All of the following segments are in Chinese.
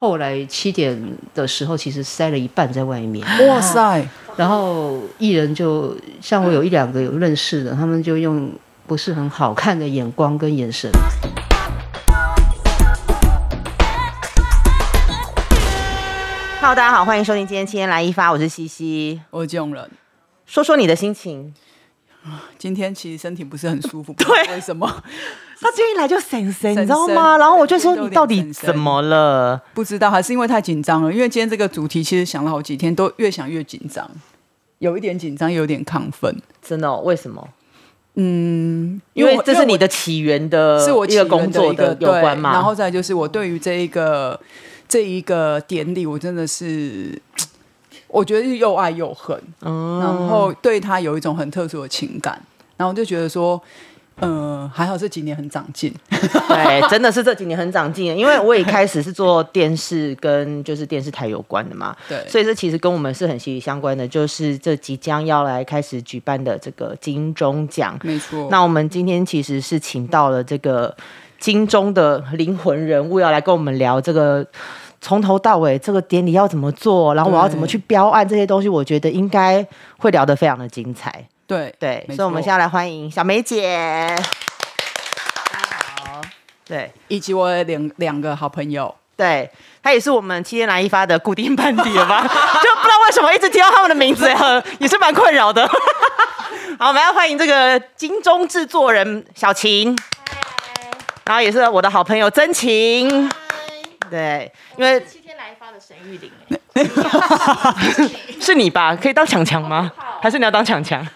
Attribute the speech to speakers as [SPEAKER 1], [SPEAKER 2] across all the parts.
[SPEAKER 1] 后来七点的时候，其实塞了一半在外面，
[SPEAKER 2] 哇塞，
[SPEAKER 1] 然后艺人就像我有一两个有认识的，他们就用不是很好看的眼光跟眼神，
[SPEAKER 3] Hello，大家好，欢迎收听今天《七天来一发》，我是西西。
[SPEAKER 2] 我这种人，
[SPEAKER 3] 说说你的心情。
[SPEAKER 2] 今天其实身体不是很舒 服，不知
[SPEAKER 3] 啊
[SPEAKER 2] 道为什么？
[SPEAKER 3] 他今天一来就神神，你知道
[SPEAKER 2] 神
[SPEAKER 3] 吗？
[SPEAKER 2] 神
[SPEAKER 3] 然后我就说
[SPEAKER 2] 对
[SPEAKER 3] 你到底怎么了？
[SPEAKER 2] 不知道还是因为太紧张了，因为今天这个主题其实想了好几天，都越想越紧张，有一点紧张，有点亢奋，
[SPEAKER 3] 真的、哦？为什么？
[SPEAKER 2] 嗯，
[SPEAKER 3] 因
[SPEAKER 2] 为
[SPEAKER 3] 为
[SPEAKER 2] 我
[SPEAKER 3] 这是你的起源的，
[SPEAKER 2] 是我
[SPEAKER 3] 呃一个工作
[SPEAKER 2] 的
[SPEAKER 3] 的有关嘛？嗯
[SPEAKER 2] 然后再来就是我对于这一个这一个典礼，我真的是我觉得是又爱又恨，
[SPEAKER 3] 哦
[SPEAKER 2] 然后对他有一种很特殊的情感，然后我就觉得说，呃，还好这几年很长进，
[SPEAKER 3] 对，真的是这几年很长进，因为我一开始是做电视跟就是电视台有关的嘛，
[SPEAKER 2] 对
[SPEAKER 3] 所以这其实跟我们是很息息相关的，就是这即将要来开始举办的这个金钟奖。
[SPEAKER 2] 没错。
[SPEAKER 3] 那我们今天其实是请到了这个金钟的灵魂人物，要来跟我们聊这个。从头到尾，这个典礼要怎么做，然后我要怎么去标案，这些东西，我觉得应该会聊得非常的精彩。
[SPEAKER 2] 对
[SPEAKER 3] 对，
[SPEAKER 2] 嗯没
[SPEAKER 3] 所以我们
[SPEAKER 2] 错
[SPEAKER 3] 现在来欢迎小梅姐。大家好。对
[SPEAKER 2] 以及我两两个好朋友，
[SPEAKER 3] 对，她也是我们七天来一发的固定班底了吧？就 不知道为什么一直提到他们的名字， 很也是蛮困扰的。 好，我们要欢迎这个金钟制作人小琴，然后也是我的好朋友曾晴。对，因为
[SPEAKER 4] 七天来一发的沈玉玲、
[SPEAKER 3] 是你吧？可以当强强吗？还是你要当强强？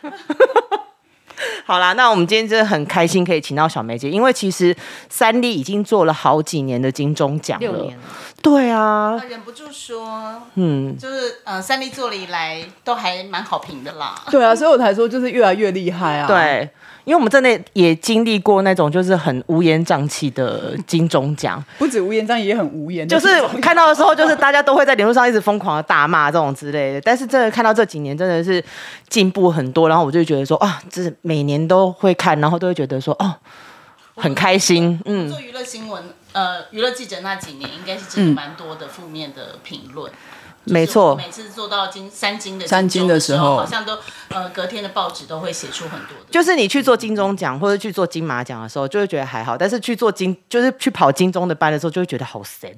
[SPEAKER 3] 好啦，那我们今天真的很开心可以请到小梅姐，因为其实三立已经做了好几年的金钟奖
[SPEAKER 1] 六
[SPEAKER 3] 了
[SPEAKER 1] 年了，
[SPEAKER 3] 对啊
[SPEAKER 4] 啊，，忍不住说，
[SPEAKER 3] 嗯，
[SPEAKER 4] 就是呃，三立做了以来都还蛮好评的啦。
[SPEAKER 2] 对啊，所以我才说就是越来越厉害啊。，
[SPEAKER 3] 对，因为我们真的也经历过那种就是很乌烟瘴气的金钟奖，
[SPEAKER 2] 不止无言，这样也很无言，
[SPEAKER 3] 就是看到的时候，就是大家都会在联络上一直疯狂的大骂这种之类的。但是真的看到这几年真的是进步很多，然后我就觉得说啊，就是每年都会看，然后都会觉得说哦，很开心，嗯。
[SPEAKER 4] 做娱乐新闻，呃，娱乐记者那几年应该是真的蛮多的负面的评论。
[SPEAKER 3] 没
[SPEAKER 4] 就是我
[SPEAKER 3] 错，
[SPEAKER 4] 每次做到金三金的
[SPEAKER 2] 三金
[SPEAKER 4] 的
[SPEAKER 2] 的时候
[SPEAKER 4] 好像都呃隔天的报纸都会写出很多的，
[SPEAKER 3] 就是你去做金钟奖或者去做金马奖的时候，就会觉得还好；但是去做金，就是去跑金钟的班的时候，就会觉得好 神。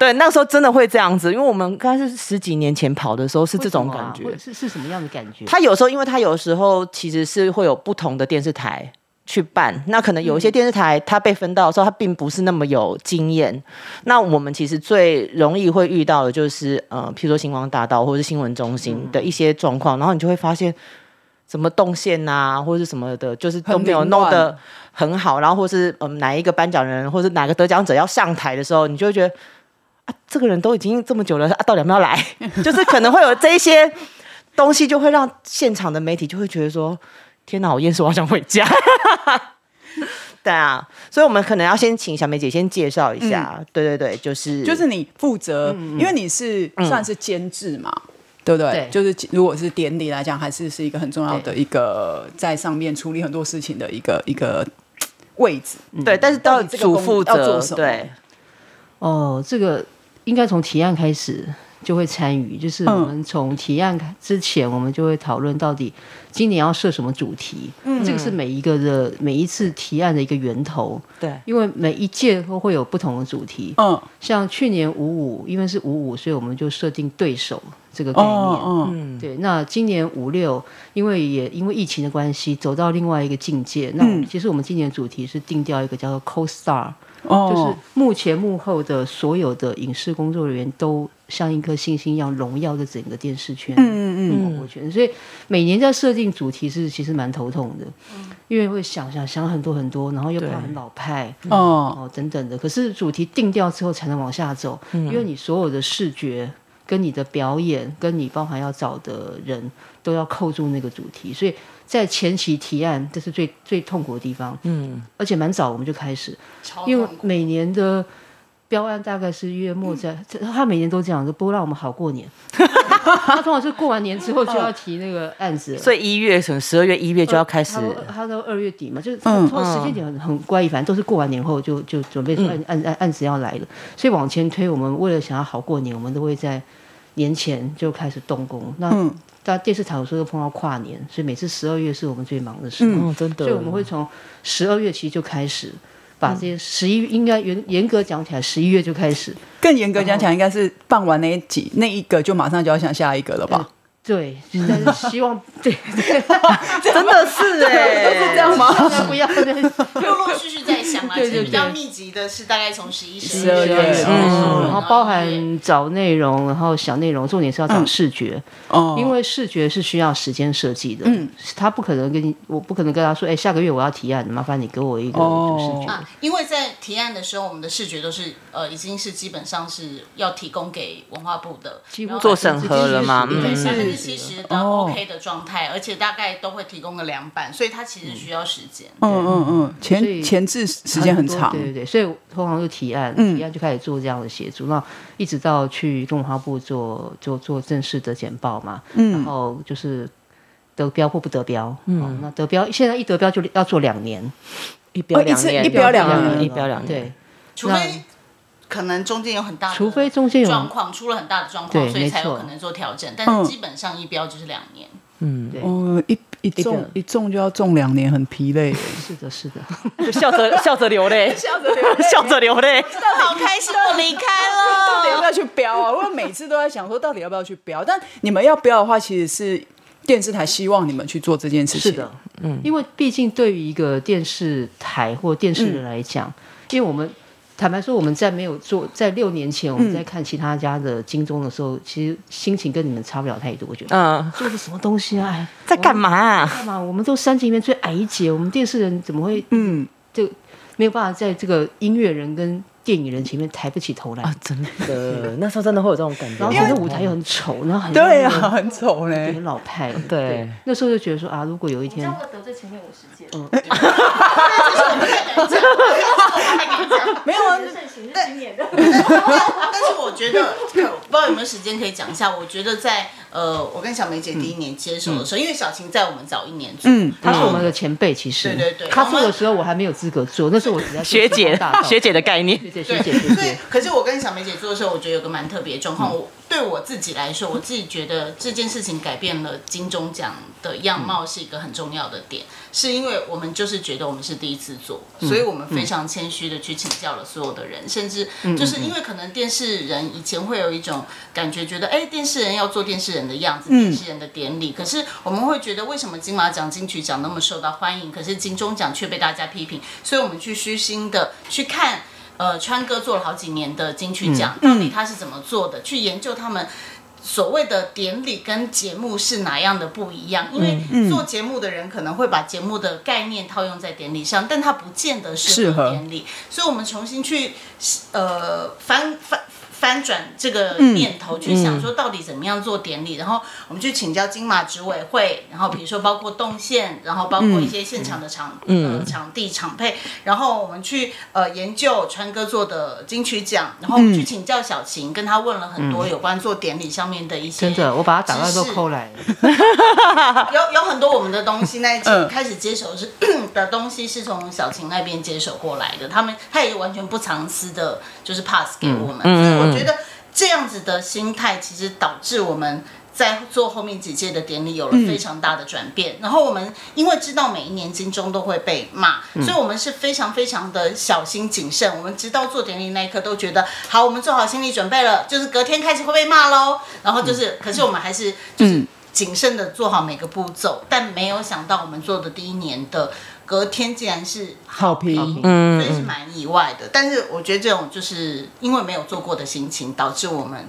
[SPEAKER 3] 对，那时候真的会这样子，因为我们刚是十几年前跑的时候是这种感觉
[SPEAKER 1] 为什么啊。会是是什么样的感
[SPEAKER 2] 嗯
[SPEAKER 1] 觉？
[SPEAKER 3] 他有时候，因为他有时候其实是会有不同的电视台去办，那可能有一些电视台它被分到的时候，它并不是那么有经验。那我们其实最容易会遇到的就是，呃，譬如说星光大道或者是新闻中心
[SPEAKER 2] 嗯
[SPEAKER 3] 的一些状况，然后你就会发现。什么动线呐、或者是什么的，就是都没有
[SPEAKER 2] 很凌
[SPEAKER 3] 弄
[SPEAKER 2] 乱
[SPEAKER 3] 得很好，然后或是嗯哪一个颁奖人，或是哪个得奖者要上台的时候，你就会觉得啊，这个人都已经这么久了，啊、到底要不要来？就是可能会有这一些东西就会让现场的媒体就会觉得说：“天哪，我厌世，我好想回家。” 对啊，所以我们可能要先请小梅姐先介绍一下。对对对，嗯就是
[SPEAKER 2] 就是你负责，因为你是算是监制嘛，对不对
[SPEAKER 1] 对？
[SPEAKER 2] 就是如果是典礼来讲，还是是一个很重要的一个在上面处理很多事情的一个一个位置。
[SPEAKER 3] 对，但是
[SPEAKER 2] 到
[SPEAKER 3] 到
[SPEAKER 2] 底这个工
[SPEAKER 3] 主负
[SPEAKER 2] 要
[SPEAKER 3] 责
[SPEAKER 2] 做什么
[SPEAKER 3] 对，
[SPEAKER 1] 哦，这个应该从提案开始就会参与，就是我
[SPEAKER 3] 嗯
[SPEAKER 1] 们从提案之前，我们就会讨论到底今年要设什么主题。嗯，这个是每一个的每一次提案的一个源头。
[SPEAKER 3] 对，
[SPEAKER 1] 因为每一届都会有不同的主题。
[SPEAKER 2] 嗯，
[SPEAKER 1] 像去年五五，因为是五五，所以我们就设定对手这个概念。
[SPEAKER 2] 哦，嗯，
[SPEAKER 1] 对，那今年五六，因为也因为疫情的关系，走到另外一个境界。那我
[SPEAKER 2] 嗯
[SPEAKER 1] 们其实我们今年主题是定调一个叫做 “co-star”，、就是
[SPEAKER 2] 哦，
[SPEAKER 1] 幕前幕后的所有的影视工作人员都像一颗星星一样荣耀着整个电视圈。
[SPEAKER 2] 嗯嗯嗯，
[SPEAKER 1] 嗯，我觉得，所以每年在设定主题是其实蛮头痛的，因为会想想想很多很多，然后又怕很老派，
[SPEAKER 2] 哦，
[SPEAKER 1] 哦等等的。可是主题定掉之后才能往下走，因为你所有的视觉、跟你的表演、跟你包含要找的人都要扣住那个主题，所以在前期提案这是最最痛苦的地方。嗯，而且蛮早我们就开始，
[SPEAKER 4] 超
[SPEAKER 1] 因为
[SPEAKER 4] 痛苦。
[SPEAKER 1] 每年的。标案大概是月末 在，这他每年都这样，都不让我们好过 年。他通常是过完年之后就要提那个案子了，
[SPEAKER 3] 所以一月可能十二月一月就要开始嗯
[SPEAKER 1] 他，都他都二月底嘛，就是通常时间点很很乖，反正都是过完年后就就准备说
[SPEAKER 3] 嗯
[SPEAKER 1] 按按按按时要来了，所以往前推，我们为了想要好过年，我们都会在年前就开始动工。那
[SPEAKER 3] 嗯
[SPEAKER 1] 在电视台有时候都碰到跨年，所以每次十二月是我们最忙的时候，
[SPEAKER 3] 嗯，真的，
[SPEAKER 1] 所以我们会从十二月其实就开始。把这
[SPEAKER 3] 嗯
[SPEAKER 1] 些十一应该严严格讲起来，十一月就开始，
[SPEAKER 2] 更严格讲起来，应该是办完那一集那一个就马上就要想下一个了吧？
[SPEAKER 1] 对，但是希望 对对，
[SPEAKER 3] 真的 是哎、
[SPEAKER 2] 是这样 吗？
[SPEAKER 1] 大家不要对
[SPEAKER 4] 陆陆续续在想嘛，啊其
[SPEAKER 1] 对
[SPEAKER 4] 实
[SPEAKER 1] 对
[SPEAKER 4] 比较密集的是大概从十一、十
[SPEAKER 2] 12月
[SPEAKER 4] 月，
[SPEAKER 1] 嗯，然后包
[SPEAKER 4] 对
[SPEAKER 1] 含找内容，然后想内容，重点是要找视觉，
[SPEAKER 3] 嗯
[SPEAKER 2] 哦，
[SPEAKER 1] 因为视觉是需要时间设计的，嗯，他不可能跟你，我不可能跟他说，哎，下个月我要提案，麻烦你给我一个
[SPEAKER 2] 哦
[SPEAKER 1] 视觉，
[SPEAKER 4] 啊，因为在提案的时候，我们的视觉都是呃，已经是基本上是要提供给文化部的，
[SPEAKER 1] 几乎
[SPEAKER 4] 然后
[SPEAKER 3] 做审核了嘛
[SPEAKER 1] 对
[SPEAKER 4] 对，
[SPEAKER 3] 嗯
[SPEAKER 4] 百分
[SPEAKER 1] 是
[SPEAKER 4] 之七十到
[SPEAKER 1] 哦
[SPEAKER 4] OK 的状态，而且大概都会提供个两版，所以它其实需要时间。
[SPEAKER 2] 嗯嗯嗯，
[SPEAKER 1] 所
[SPEAKER 2] 前
[SPEAKER 1] 以
[SPEAKER 2] 前置时间很长
[SPEAKER 1] 对，对对，所以我通常就提案，
[SPEAKER 3] 嗯
[SPEAKER 1] 提案就开始做这样的协助，那一直到去跟文化部做做做正式的简报嘛，
[SPEAKER 3] 嗯
[SPEAKER 1] 然后就是得标或不得标，嗯，那得标现在一得标就要做两年，
[SPEAKER 3] 一标
[SPEAKER 2] 哦一
[SPEAKER 3] 两
[SPEAKER 2] 次
[SPEAKER 3] 年，
[SPEAKER 2] 一标两
[SPEAKER 1] 年
[SPEAKER 3] 一标两年，
[SPEAKER 1] 对，
[SPEAKER 4] 除非可能中间有很大的，
[SPEAKER 1] 除非中间有
[SPEAKER 4] 啊状况出了很大的状况，
[SPEAKER 1] 对
[SPEAKER 4] 所以才
[SPEAKER 1] 没
[SPEAKER 4] 有
[SPEAKER 1] 错嗯
[SPEAKER 4] 可能做调整。但是基本上一标就是两 年，
[SPEAKER 3] 嗯
[SPEAKER 2] 哦，一一种一种就要种两年，很疲 累。
[SPEAKER 1] 是的，是的，
[SPEAKER 3] 就笑着笑着流泪，笑着 流泪，笑着流泪，
[SPEAKER 4] 好开心我离开
[SPEAKER 2] 到底要
[SPEAKER 4] 了。
[SPEAKER 2] 不要去标 啊？我每次都在想说，到底要不要去标？但你们要标的话，其实是电视台希望你们去做这件事
[SPEAKER 1] 是
[SPEAKER 2] 情。
[SPEAKER 1] 的，，嗯，因为毕竟对于一个电视台或电视人来讲，
[SPEAKER 2] 嗯
[SPEAKER 1] 因为我们坦白说，我们在没有做，在六年前我
[SPEAKER 2] 嗯
[SPEAKER 1] 们在看其他家的金钟的时候，其实心情跟你们差不了太多，我觉得。
[SPEAKER 3] 嗯，
[SPEAKER 1] 做的什么东西啊？哎，
[SPEAKER 3] 在干嘛、啊？
[SPEAKER 1] 干嘛？我们都三级里面最矮一截，我们电视人怎么会
[SPEAKER 2] 嗯，
[SPEAKER 1] 就没有办法在这个音乐人跟电影人前面抬不起头
[SPEAKER 2] 啊
[SPEAKER 1] 来？
[SPEAKER 3] 真的，那时候真的会有这种感觉，
[SPEAKER 1] 然后整个舞台又很丑，然后很
[SPEAKER 2] 对啊，，很丑嘞
[SPEAKER 1] 很。老派。
[SPEAKER 3] 对
[SPEAKER 1] 那时候就觉得说啊，如果有一
[SPEAKER 5] 这
[SPEAKER 1] 天
[SPEAKER 5] 样会得罪前面五十届。
[SPEAKER 2] 没有啊，
[SPEAKER 5] 是盛行，是今年的。
[SPEAKER 4] 但是我觉得，不知道有没有时间可以讲一下。我觉得在呃，我跟小梅姐第一年接手的时候，因为小晴在我们早一年组，
[SPEAKER 2] 嗯，
[SPEAKER 1] 他是我们的前辈，其实
[SPEAKER 4] 对对对
[SPEAKER 1] 他做的时候我还没有资格做，那时候我只在做
[SPEAKER 3] 学姐
[SPEAKER 1] 星光大道
[SPEAKER 3] 学姐的概念，
[SPEAKER 1] 对对
[SPEAKER 4] 对
[SPEAKER 1] 学姐学
[SPEAKER 4] 所以
[SPEAKER 1] 姐，，
[SPEAKER 4] 可是我跟小梅姐做的时候，我觉得有个蛮特别的状况。我对我自己来说，我自己觉得这件事情改变了金钟奖的样貌是一个很重要的点，是因为我们就是觉得我们是第一次做，所以我们非常谦虚的去请教了所有的人，甚至就是因为可能电视人以前会有一种感觉，觉得哎，电视人要做电视人的样子，电视人的典礼。可是我们会觉得，为什么金马奖、金曲奖那么受到欢迎，可是金钟奖却被大家批评？所以我们去虚心的去看。呃，川哥做了好几年的金曲奖，到底他是怎么做的？去研究他们所谓的典礼跟节目是哪样的不一样？因为做节目的人可能会把节目的概念套用在典礼上，但它不见得
[SPEAKER 2] 适
[SPEAKER 4] 适
[SPEAKER 2] 合
[SPEAKER 4] 合典礼，所以我们重新去呃翻翻。翻转这个念头，去
[SPEAKER 1] 嗯
[SPEAKER 4] 想说到底怎么样做典礼，然后我们去请教金马执委会，然后比如说包括动线，然后包括
[SPEAKER 1] 嗯
[SPEAKER 4] 一些现场的场、呃场地场配，然后我们去呃研究川哥做的金曲奖，然后我们
[SPEAKER 1] 嗯
[SPEAKER 4] 去请教小琴，跟他问了很多有关做典礼上面的一些
[SPEAKER 1] 真的，我把他打到都
[SPEAKER 4] 知识
[SPEAKER 1] 抠来了。
[SPEAKER 4] 有有很多我们的东西，那 一集
[SPEAKER 2] 嗯
[SPEAKER 4] 开始接手是、的东西是从小晴那边接手过来的，他们他也完全不藏私的，就是 pass 给我们，所以我觉得这样子的心态其实导致我们。在做后面几届的典礼有了非常大的转变，然后我们因为知道每一年金钟都会被骂，所以我们是非常非常的小心谨慎。我们直到做典礼那一刻都觉得好，我们做好心理准备了，就是隔天开始会被骂喽。然后就是，可是我们还是就是谨慎的做好每个步骤，但没有想到我们做的第一年的隔天竟然是
[SPEAKER 2] 好评
[SPEAKER 1] 评。
[SPEAKER 4] 嗯，所以是蛮意外的。但是我觉得这种就是因为没有做过的心情，导致我们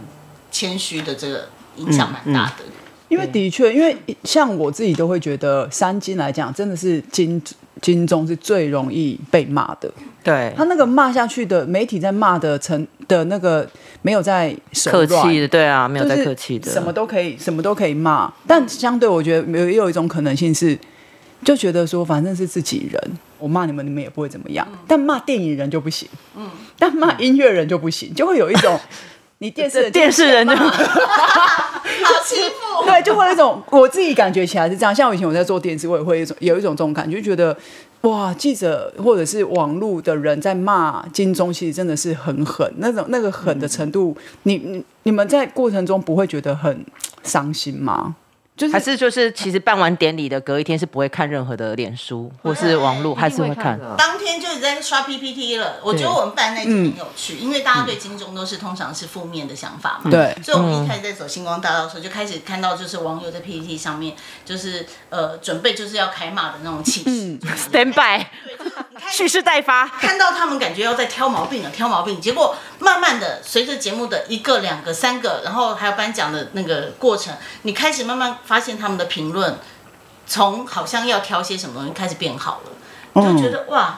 [SPEAKER 4] 谦虚的这个影响蛮大的。
[SPEAKER 2] 因为的确，因为像我自己都会觉得，三金来讲，真的是金金钟是最容易被骂的。
[SPEAKER 3] 对
[SPEAKER 2] 他那个骂下去的媒体在骂的成的那个没有在手
[SPEAKER 3] 客
[SPEAKER 2] 软
[SPEAKER 3] 气的，对啊，没有
[SPEAKER 2] 就
[SPEAKER 3] 在
[SPEAKER 2] 是
[SPEAKER 3] 客气的，
[SPEAKER 2] 什么都可以，什么都可以骂。但相对，我觉得有也有一种可能性是，就觉得说反正是自己人，我骂你们，你们也不会怎么样。
[SPEAKER 3] 嗯
[SPEAKER 2] 但骂电影人就不行，嗯，但骂音乐人就不行，就会有一 种你电视人就
[SPEAKER 3] 电视人 就
[SPEAKER 4] 好欺负。
[SPEAKER 2] 对，就会有一种我自己感觉起来是这样。像我以前我在做电视，我也会有一种有一种这种感觉，就觉得哇，记者或者是网络的人在骂金钟，其实真的是很狠，那种那个狠的程度，你你你们在过程中不会觉得很伤心吗？
[SPEAKER 3] 还是就是其实办完典礼的隔一天是不会看任何的脸书或是网络，还是啊会看。
[SPEAKER 1] 的
[SPEAKER 4] 当天就一直在刷 PPT 了。我觉得我们办那集很有趣，因为大家对金钟都是通常是负面的想法嘛。
[SPEAKER 2] 嗯对
[SPEAKER 4] 所以我们一开始在走星光大道的时候，就开始看到就是网友在 PPT 上面，就是呃准备就是要开骂的那种气势。
[SPEAKER 3] Stand by，
[SPEAKER 4] 对，就是你 看
[SPEAKER 3] 蓄势待发。
[SPEAKER 4] 看到他们感觉要在挑毛病了，挑毛病。结果慢慢的，随着节目的一个、两个、三个，然后还有颁奖的那个过程，你开始慢慢发现他们的评论，从好像要挑些什么东西开始变好了，
[SPEAKER 2] 嗯
[SPEAKER 4] 就觉得、哇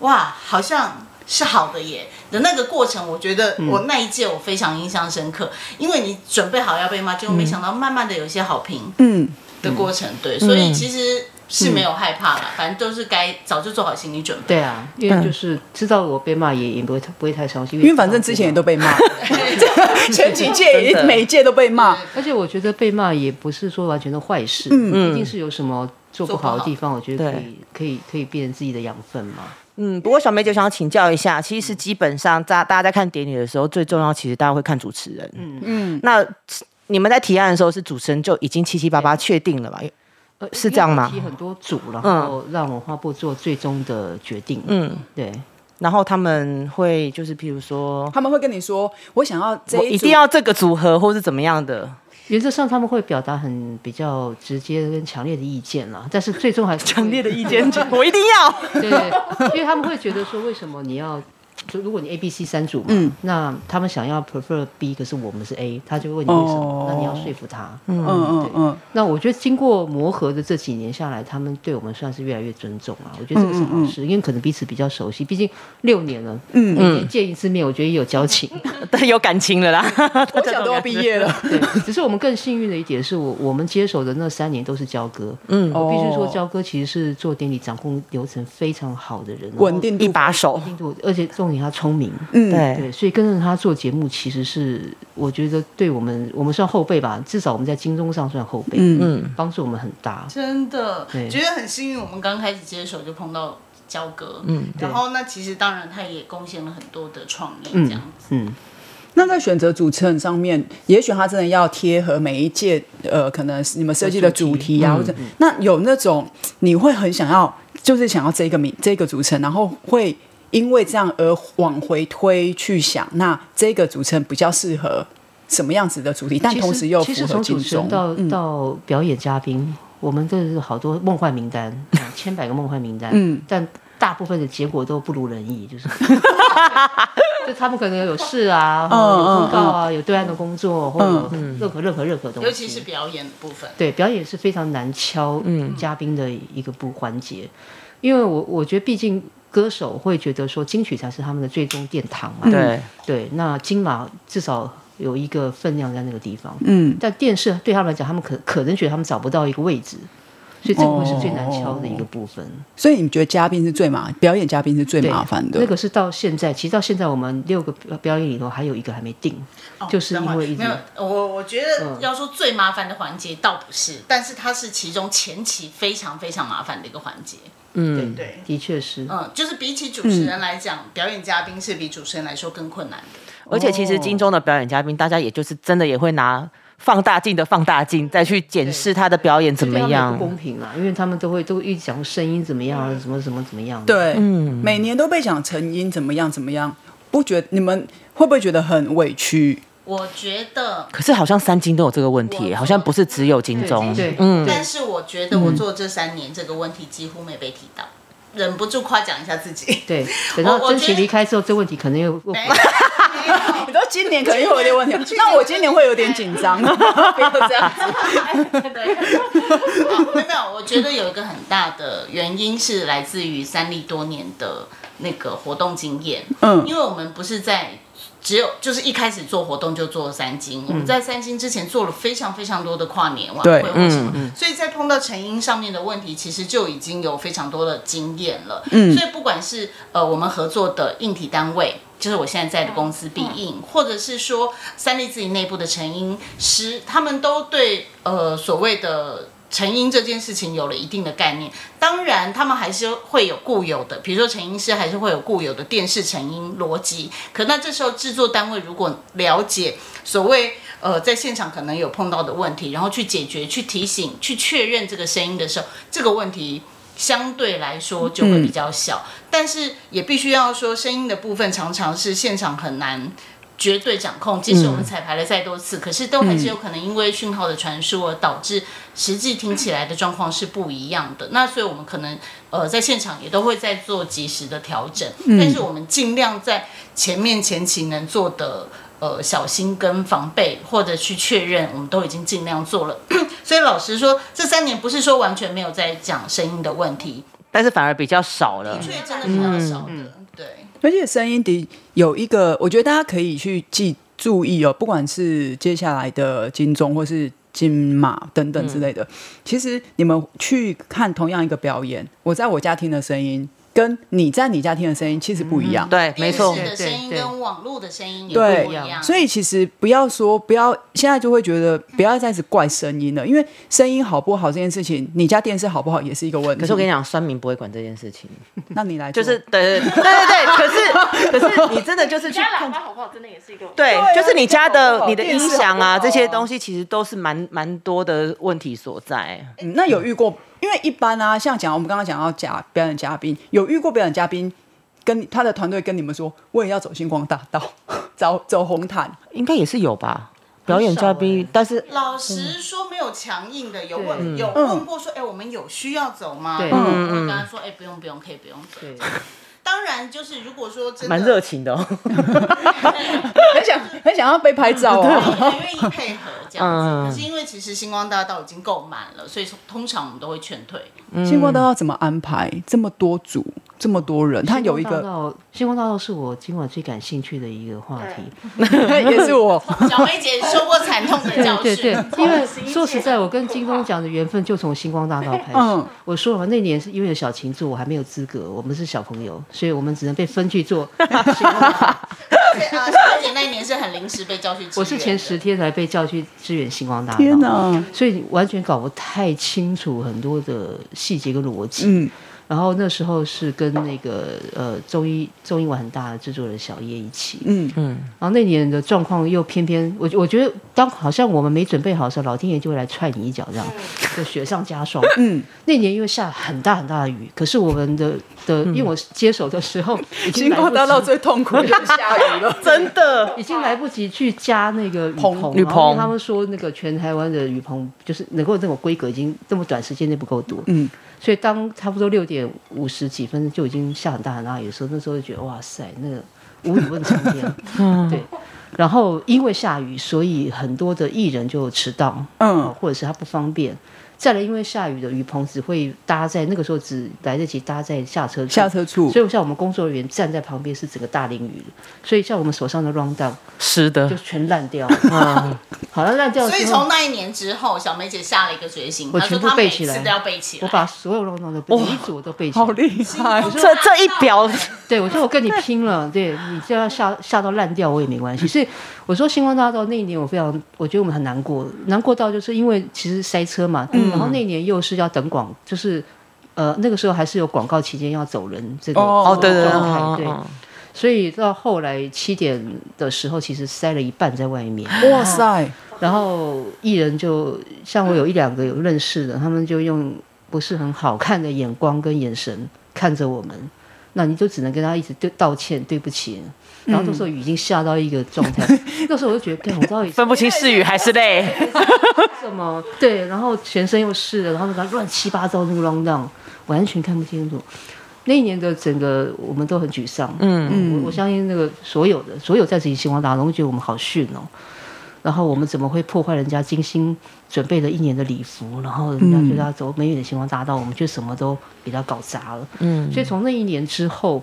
[SPEAKER 4] 哇，好像是好的耶的那个过程。我觉得我那一届我非常印象深刻，因为你准备好要被骂，结果没想到慢慢的有一些好评
[SPEAKER 2] 嗯，
[SPEAKER 4] 的过程，对，所以其实。是没有害怕啦，反正都是该早就做好心理准备。
[SPEAKER 1] 对啊，因为就是知道我被骂也也不会不会太伤心，
[SPEAKER 2] 因为反正之前也都被 骂， 前几届
[SPEAKER 3] 真
[SPEAKER 2] 也
[SPEAKER 3] 的
[SPEAKER 2] 每一届都被骂，
[SPEAKER 1] 而且我觉得被骂也不是说完全的坏事，嗯一定是有什么做不好的地方，我觉得可以可以可以变成自己的养分嘛。
[SPEAKER 3] 嗯，不过小梅姐想要请教一下，其实基本上大大家在看典礼的时候，最重要其实大家会看主持人。嗯嗯，那你们在提案的时候，是主持人就已经七七八八确定了吧？
[SPEAKER 1] 呃
[SPEAKER 3] 是这样吗
[SPEAKER 1] 因为我提很多组，然后让文化部做最终的决定。嗯，对，
[SPEAKER 3] 然后他们会就是譬如说，
[SPEAKER 2] 他们会跟你说，我想要这
[SPEAKER 3] 我
[SPEAKER 2] 一
[SPEAKER 3] 一
[SPEAKER 2] 组
[SPEAKER 3] 定要这个组合或是怎么样的。
[SPEAKER 1] 原则上他们会表达很比较直接跟强烈的意见啦，但是最终还是强
[SPEAKER 3] 烈的意见，我一定 要。
[SPEAKER 1] 对，因为他们会觉得说，为什么你要？就如果你 A、B、C 三组嘛，那他们想要 prefer B，可是我们是 A，他就会问你为什么，
[SPEAKER 2] 哦
[SPEAKER 1] 那你要说服他。
[SPEAKER 2] 嗯嗯嗯，
[SPEAKER 1] 那我觉得经过磨合的这几年下来，他们对我们算是越来越尊重啊了。我觉得这个是好事，因为可能彼此比较熟悉，毕竟六年了，嗯，每年见一次面，我觉得也有交情。
[SPEAKER 3] 对，有感情了啦。
[SPEAKER 2] 我想都要毕业了，
[SPEAKER 1] 对，只是我们更幸运的一点是我我们接手的那三年都是焦哥，
[SPEAKER 3] 嗯
[SPEAKER 1] 我必须说
[SPEAKER 2] 哦
[SPEAKER 1] 焦哥其实是做典礼掌控流程非常好的人，然后
[SPEAKER 2] 稳定
[SPEAKER 3] 一
[SPEAKER 2] 度
[SPEAKER 3] 把手。
[SPEAKER 1] 进度，而且重点他聪明，
[SPEAKER 2] 嗯
[SPEAKER 3] 对，
[SPEAKER 1] 对，所以跟着他做节目，其实是我觉得对我们，我们算后辈吧，至少我们在金钟上算后辈，
[SPEAKER 2] 嗯
[SPEAKER 3] 嗯，
[SPEAKER 1] 帮助我们很大。
[SPEAKER 4] 真的
[SPEAKER 1] 对
[SPEAKER 4] 觉得很幸运，我们刚开始接手就碰到焦哥，嗯，然后那其实当然他也贡献了很多的创意，这样子，
[SPEAKER 1] 嗯，
[SPEAKER 2] 那在选择主持人上面，也许他真的要贴合每一届，呃，可能是你们设计的主题
[SPEAKER 1] 嗯
[SPEAKER 2] 啊，或者、那有那种你会很想要，就是想要这个名这个主持人，然后会因为这样而往回推去想，那这个主持人比较适合什么样子的主题，但
[SPEAKER 1] 其
[SPEAKER 2] 同
[SPEAKER 1] 实
[SPEAKER 2] 时又
[SPEAKER 1] 其
[SPEAKER 2] 符
[SPEAKER 1] 实
[SPEAKER 2] 合嗯
[SPEAKER 1] 从
[SPEAKER 2] 金
[SPEAKER 1] 主持人
[SPEAKER 2] 钟。
[SPEAKER 1] 到、到表演嘉宾，我们都是好多梦幻名单，啊千百个梦幻名单，
[SPEAKER 2] 嗯
[SPEAKER 1] 但大部分的结果都不如人意， 就是。就他们可能有事啊，
[SPEAKER 2] 嗯
[SPEAKER 1] 有公告啊，有对岸的工作，或者有任何任何任何东西，
[SPEAKER 4] 尤其是嗯表演的部分，
[SPEAKER 1] 对，表演是非常难敲嘉宾的一个部环节，因为我我觉得毕竟歌手会觉得说金曲才是他们的最终殿堂
[SPEAKER 2] 嗯
[SPEAKER 1] 嘛，
[SPEAKER 3] 对，
[SPEAKER 1] 对，那金马至少有一个分量在那个地方，
[SPEAKER 2] 嗯，
[SPEAKER 1] 但电视对他们来讲，他们可可能觉得他们找不到一个位置，所以这个会是最难敲的一个部分。
[SPEAKER 2] 所以你觉得嘉宾是最麻，表演嘉宾是最
[SPEAKER 1] 对
[SPEAKER 2] 麻烦的。
[SPEAKER 1] 那个是到现在，其实到现在我们六个表表演里头还有一个还没定，就是
[SPEAKER 4] 等会
[SPEAKER 1] 因
[SPEAKER 4] 儿
[SPEAKER 1] 为一直嗯
[SPEAKER 4] 没有我，我觉得要说最麻烦的环节倒不是，但是它是其中前期非常非常麻烦的一个环节，
[SPEAKER 3] 嗯，
[SPEAKER 4] 对。
[SPEAKER 1] 的确是，
[SPEAKER 4] 嗯，就是比起主持人来讲，表演嘉宾是比主持人来说更困难的。
[SPEAKER 3] 而且其实金钟的表演嘉宾，大家也就是真的也会拿放大镜的放大镜再去检视他的表演怎么
[SPEAKER 1] 对他们也
[SPEAKER 3] 样
[SPEAKER 1] 不。公平啦，因为他们都会都一直讲声音怎么样，什么什么怎么样，
[SPEAKER 2] 对，
[SPEAKER 1] 嗯
[SPEAKER 2] 每年都被讲成因怎么样怎么样，不觉你们会不会觉得很委屈？
[SPEAKER 4] 我觉得
[SPEAKER 3] 可是好像三金都有这个问题，
[SPEAKER 4] 我
[SPEAKER 3] 好像不是只有金钟。
[SPEAKER 1] 对对
[SPEAKER 3] 嗯，
[SPEAKER 4] 但是我觉得我做这三年这个问题几乎没被提到，忍不住夸奖一下自己。
[SPEAKER 1] 对，等到
[SPEAKER 4] 我我
[SPEAKER 1] 真
[SPEAKER 4] 觉
[SPEAKER 1] 奇
[SPEAKER 4] 得
[SPEAKER 1] 离开之后，这问题可能又又
[SPEAKER 4] 没
[SPEAKER 2] 你知道今年可能又有点问题，那我今年会有点紧张， 不要这样子。
[SPEAKER 4] 没有没有，我觉得有一个很大的原因是来自于三立多年的那个活动经验。
[SPEAKER 2] 嗯
[SPEAKER 4] 因为我们不是在只有就是一开始做活动就做三金，我们在三金之前做了非常非常多的跨年晚
[SPEAKER 2] 对
[SPEAKER 4] 会或
[SPEAKER 3] 嗯
[SPEAKER 4] 什么，所以在碰到成因上面的问题，其实就已经有非常多的经验了。嗯，所以不管是呃我们合作的硬体单位。就是我现在在的公司必应，或者是说三立自己内部的成因师，他们都对呃所谓的成因这件事情有了一定的概念。当然，他们还是会有固有的，比如说成因师还是会有固有的电视成因逻辑。可那这时候制作单位如果了解所谓呃在现场可能有碰到的问题，然后去解决、去提醒、去确认这个声音的时候，这个问题。相对来说就会比较小，但是也必须要说，声音的部分常常是现场很难绝对掌控。即使我们彩排了再多次，可是都嗯还是有可能因为讯号的传输而导致实际听起来的状况是不一样的。那所以我们可能呃在现场也都会在做及时的调整，但是我们尽量在前面前期能做的。呃，小心跟防备，或者去确认，我们都已经尽量做了。 所以老实说，这三年不是说完全没有在讲声音的问题，
[SPEAKER 3] 但是反而比较少了。
[SPEAKER 4] 确真的比较少的，对。
[SPEAKER 2] 而且声音的有一个，我觉得大家可以去记注意哦，不管是接下来的金钟或是金马等等之类的，其实你们去看同样一个表演，我在我家听的声音跟你在你家听的声音其实不一样。
[SPEAKER 3] 对，没错
[SPEAKER 4] 电，视的声音
[SPEAKER 1] 对对
[SPEAKER 4] 跟网络的声音也
[SPEAKER 2] 对
[SPEAKER 4] 不一样，
[SPEAKER 2] 所以其实不要说不要，现在就会觉得不要再是怪声音了，因为声音好不好这件事情，你家电视好不好也是一个问题。
[SPEAKER 3] 可是我跟你讲，酸民不会管这件事情，
[SPEAKER 2] 讲，那你来
[SPEAKER 3] 就
[SPEAKER 2] 做
[SPEAKER 3] 是对对对对对。 可是可是你真的就是去
[SPEAKER 5] 家
[SPEAKER 3] 看
[SPEAKER 5] 喇叭好不好，真的也是一个
[SPEAKER 3] 对，
[SPEAKER 2] 啊
[SPEAKER 3] 就是你家
[SPEAKER 2] 你家好不
[SPEAKER 3] 的、
[SPEAKER 2] 好
[SPEAKER 3] 你的
[SPEAKER 2] 电
[SPEAKER 3] 音
[SPEAKER 2] 视
[SPEAKER 3] 响
[SPEAKER 2] 好
[SPEAKER 3] 啊，
[SPEAKER 2] 不好
[SPEAKER 3] 这些东西其实都是蛮蛮多的问题所在。
[SPEAKER 2] 嗯那有遇过，因为一般啊，像讲我们刚刚讲到假表演嘉宾，有遇过表演嘉宾跟他的团队跟你们说，我也要走星光大道， 走走红毯，
[SPEAKER 3] 应该也是有吧？表演嘉宾，但是
[SPEAKER 4] 老实说，没有强硬的，有
[SPEAKER 1] 嗯
[SPEAKER 4] 问有问过说，哎、我们有需要走吗？
[SPEAKER 1] 对
[SPEAKER 4] 然后我跟他说，哎、不用不用，可以不用走。
[SPEAKER 1] 对，
[SPEAKER 4] 当然，就是如果说真的
[SPEAKER 3] 蛮热情的、 哦。
[SPEAKER 2] 很想很想要被拍照哦。
[SPEAKER 4] 也愿意配合这样
[SPEAKER 3] 嗯
[SPEAKER 4] 子。可是因为其实星光大道已经够满了，所以通常我们都会劝退。
[SPEAKER 2] 星光大道怎么安排？这么多组，这么多人，他有一
[SPEAKER 1] 星光大
[SPEAKER 2] 个
[SPEAKER 1] 道，星光大道是我今晚最感兴趣的一个话题。
[SPEAKER 2] 也是我，
[SPEAKER 4] 小薇姐受过惨痛的教训，
[SPEAKER 1] 对对，因为 说实在，我跟金钟奖的缘分就从星光大道开始。
[SPEAKER 2] 嗯
[SPEAKER 1] 我说了，那年是因为有小情助，我还没有资格，我们是小朋友，所以我们只能被分去 做星光大道。
[SPEAKER 4] 而且呃，小薇姐那一年是很临时被叫去支援的，
[SPEAKER 1] 我是前十天才被叫去支援星光大道。
[SPEAKER 2] 天哪，
[SPEAKER 1] 所以完全搞不太清楚很多的细节跟逻辑。
[SPEAKER 2] 嗯
[SPEAKER 1] 然后那时候是跟那个呃中医中医馆很大的制作人小叶一起，
[SPEAKER 2] 嗯，
[SPEAKER 1] 然后那年的状况又偏偏，我我觉得当好像我们没准备好的时候，老天爷就会来踹你一脚，这样就雪上加霜。
[SPEAKER 2] 嗯，
[SPEAKER 1] 那年因为下很大很大的雨，可是我们的的，因为我接手的时候已经
[SPEAKER 2] 星
[SPEAKER 1] 来
[SPEAKER 2] 光大
[SPEAKER 1] 不
[SPEAKER 2] 道
[SPEAKER 1] 及，
[SPEAKER 2] 最痛苦就是下雨了，
[SPEAKER 3] 真 的，
[SPEAKER 1] 已经来不及去加那个雨棚，
[SPEAKER 2] 棚
[SPEAKER 1] 然
[SPEAKER 3] 雨
[SPEAKER 1] 后因为
[SPEAKER 3] 棚
[SPEAKER 1] 他们说那个全台湾的雨棚就是能够这种规格，已经这么短时间内不够多。
[SPEAKER 2] 嗯，
[SPEAKER 1] 所以当差不多六点五十几分就已经下很大很大雨的时候，那时候就觉得哇塞，那个无语问苍
[SPEAKER 2] 嗯
[SPEAKER 1] 天。对，然后因为下雨，所以很多的艺人就迟到，啊
[SPEAKER 2] 嗯
[SPEAKER 1] 或者是他不方便。再来，因为下雨的雨棚只会搭在那个时候只来得及搭在下车处
[SPEAKER 2] 下车处
[SPEAKER 1] 所以像我们工作人员站在旁边是整个大淋雨的，所以像我们手上的 round down
[SPEAKER 2] 嗯
[SPEAKER 3] 是的
[SPEAKER 1] 就，全烂掉 了。
[SPEAKER 3] 嗯，
[SPEAKER 1] 好了，烂掉了
[SPEAKER 4] 所以
[SPEAKER 1] 之后
[SPEAKER 4] 从那一年之后，小梅姐下了一个决心，
[SPEAKER 1] 我
[SPEAKER 4] 她说
[SPEAKER 1] 全部
[SPEAKER 4] 她
[SPEAKER 1] 背
[SPEAKER 4] 每
[SPEAKER 1] 起
[SPEAKER 4] 次
[SPEAKER 1] 来
[SPEAKER 4] 都要背起
[SPEAKER 1] 我
[SPEAKER 4] 来。
[SPEAKER 1] 把所有 round down 都背，每一组我都背起来。
[SPEAKER 4] 哦
[SPEAKER 2] 好厉害，
[SPEAKER 3] 这这一表，
[SPEAKER 1] 对，我说我跟你拼 了，对你就要吓吓到烂掉我也没关
[SPEAKER 2] 嗯
[SPEAKER 1] 系。所以我说星光大道那一年我非常，我觉得我们很难过，难过到就是因为其实塞车嘛，
[SPEAKER 2] 嗯
[SPEAKER 1] 然后那年又是要等广，就是呃那个时候还是有广告期间要走人这个
[SPEAKER 2] 哦
[SPEAKER 3] 哦，对对对
[SPEAKER 1] 状态
[SPEAKER 3] 哦
[SPEAKER 1] 对
[SPEAKER 3] 哦
[SPEAKER 1] 所以到后来七点的时候，其实塞了一半在外面。
[SPEAKER 2] 哇塞，
[SPEAKER 1] 然后艺人就像我有一两个有认识的，他们就用不是很好看的眼光跟眼神看着我们，那你就只能跟他一直对道歉，对不起。然后那时候雨已经下到一个状 态，那时候我就觉得，干，我到底
[SPEAKER 3] 分不清是雨还是泪，
[SPEAKER 1] 什么？对，然后全身又湿了，然后那个乱七八糟那个 round down，完全看不清楚。那一年的整个我们都很沮丧，嗯，我我相信那个所有的所有在这里星光大道，我觉得我们好逊哦。然后我们怎么会破坏人家精心准备了一年的礼服？然后人家觉得他走美远的星光大道，我们却什么都给他搞砸了。嗯，所以从那一年之后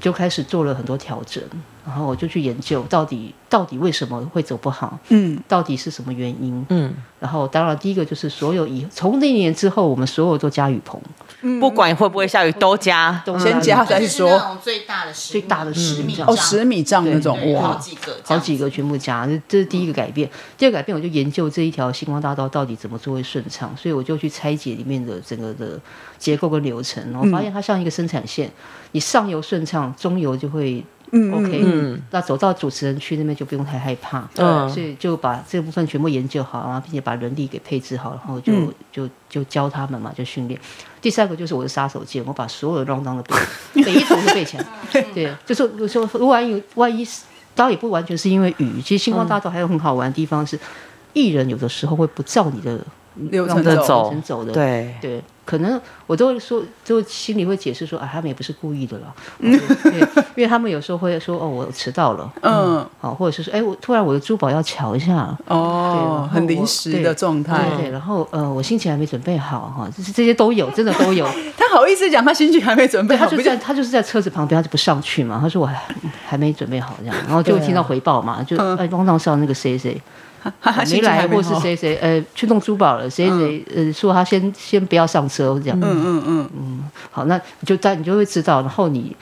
[SPEAKER 1] 就开始做了很多调整。然后我就去研究到底到底为什么会走不好，
[SPEAKER 2] 嗯
[SPEAKER 1] 到底是什么原因。
[SPEAKER 3] 嗯，
[SPEAKER 1] 然后当然第一个就是所有以从那一年之后，我们所有都加雨棚，
[SPEAKER 3] 不管会不会下雨都加，
[SPEAKER 1] 都
[SPEAKER 2] 先加再
[SPEAKER 1] 雨棚
[SPEAKER 4] 就
[SPEAKER 2] 说
[SPEAKER 4] 是那种最大的十
[SPEAKER 1] 最大的十米
[SPEAKER 4] 米
[SPEAKER 1] 这样
[SPEAKER 2] 哦，十米丈那种
[SPEAKER 4] 对，好
[SPEAKER 2] 哇，
[SPEAKER 4] 几个，
[SPEAKER 1] 好几个。全部加，这这是第一个改变。第二个改变，我就研究这一条星光大道到底怎么做会顺畅，所以我就去拆解里面的整个的结构跟流程，然
[SPEAKER 2] 嗯
[SPEAKER 1] 后发现它像一个生产线，你上游顺畅，中游就会
[SPEAKER 2] 嗯
[SPEAKER 1] OK，、
[SPEAKER 3] 嗯
[SPEAKER 1] 那走到主持人区那边就不用太害怕，
[SPEAKER 3] 嗯
[SPEAKER 1] 所以呃就把这部分全部研究好，然后并且把人力给配置好，然后就、
[SPEAKER 2] 嗯
[SPEAKER 1] 就就教他们嘛，就训练。第三个就是我的杀手锏，我把所有的 round down 的 背，每一组都背起来。对，就是我说，如果万一万一是，当然也不完全是因为雨，其实
[SPEAKER 2] 嗯
[SPEAKER 1] 星光大道还有很好玩的地方是，艺人有的时候会不照你的
[SPEAKER 2] 流程
[SPEAKER 3] 的
[SPEAKER 2] 走，
[SPEAKER 1] 走
[SPEAKER 3] 走
[SPEAKER 1] 程走的，
[SPEAKER 3] 对，
[SPEAKER 1] 对，可能我都会说，就心里会解释说，啊，他们也不是故意的 啦，对，因为他们有时候会说，哦，我迟到了，
[SPEAKER 2] 嗯，
[SPEAKER 1] 好，或者是说，哎，我突然我的珠宝要瞧一下，对然
[SPEAKER 2] 哦
[SPEAKER 1] 后，
[SPEAKER 2] 很临
[SPEAKER 1] 我
[SPEAKER 2] 时
[SPEAKER 1] 对
[SPEAKER 2] 的状态。
[SPEAKER 1] 对对，然后呃，我心情还没准备好哈，就是这些都有，真的 都有。
[SPEAKER 2] 他好意思讲他心情还没准备
[SPEAKER 1] 对，他
[SPEAKER 2] 好，
[SPEAKER 1] 就
[SPEAKER 2] 不
[SPEAKER 1] 在
[SPEAKER 2] 就
[SPEAKER 1] 他就是在车子旁边，他就不上去嘛。他说我还还没准备好这样，然后就
[SPEAKER 2] 啊
[SPEAKER 1] 听到回报嘛，就哎，汪道上那个谁谁
[SPEAKER 2] 嗯啊他
[SPEAKER 1] 没
[SPEAKER 2] 心情
[SPEAKER 1] 来，
[SPEAKER 2] 还没
[SPEAKER 1] 或是
[SPEAKER 2] 好？
[SPEAKER 1] 谁谁呃去弄珠宝了，谁谁呃说他先先不要上车这样。
[SPEAKER 2] 嗯嗯嗯，
[SPEAKER 1] 好，那你就在你就会知道，然后你。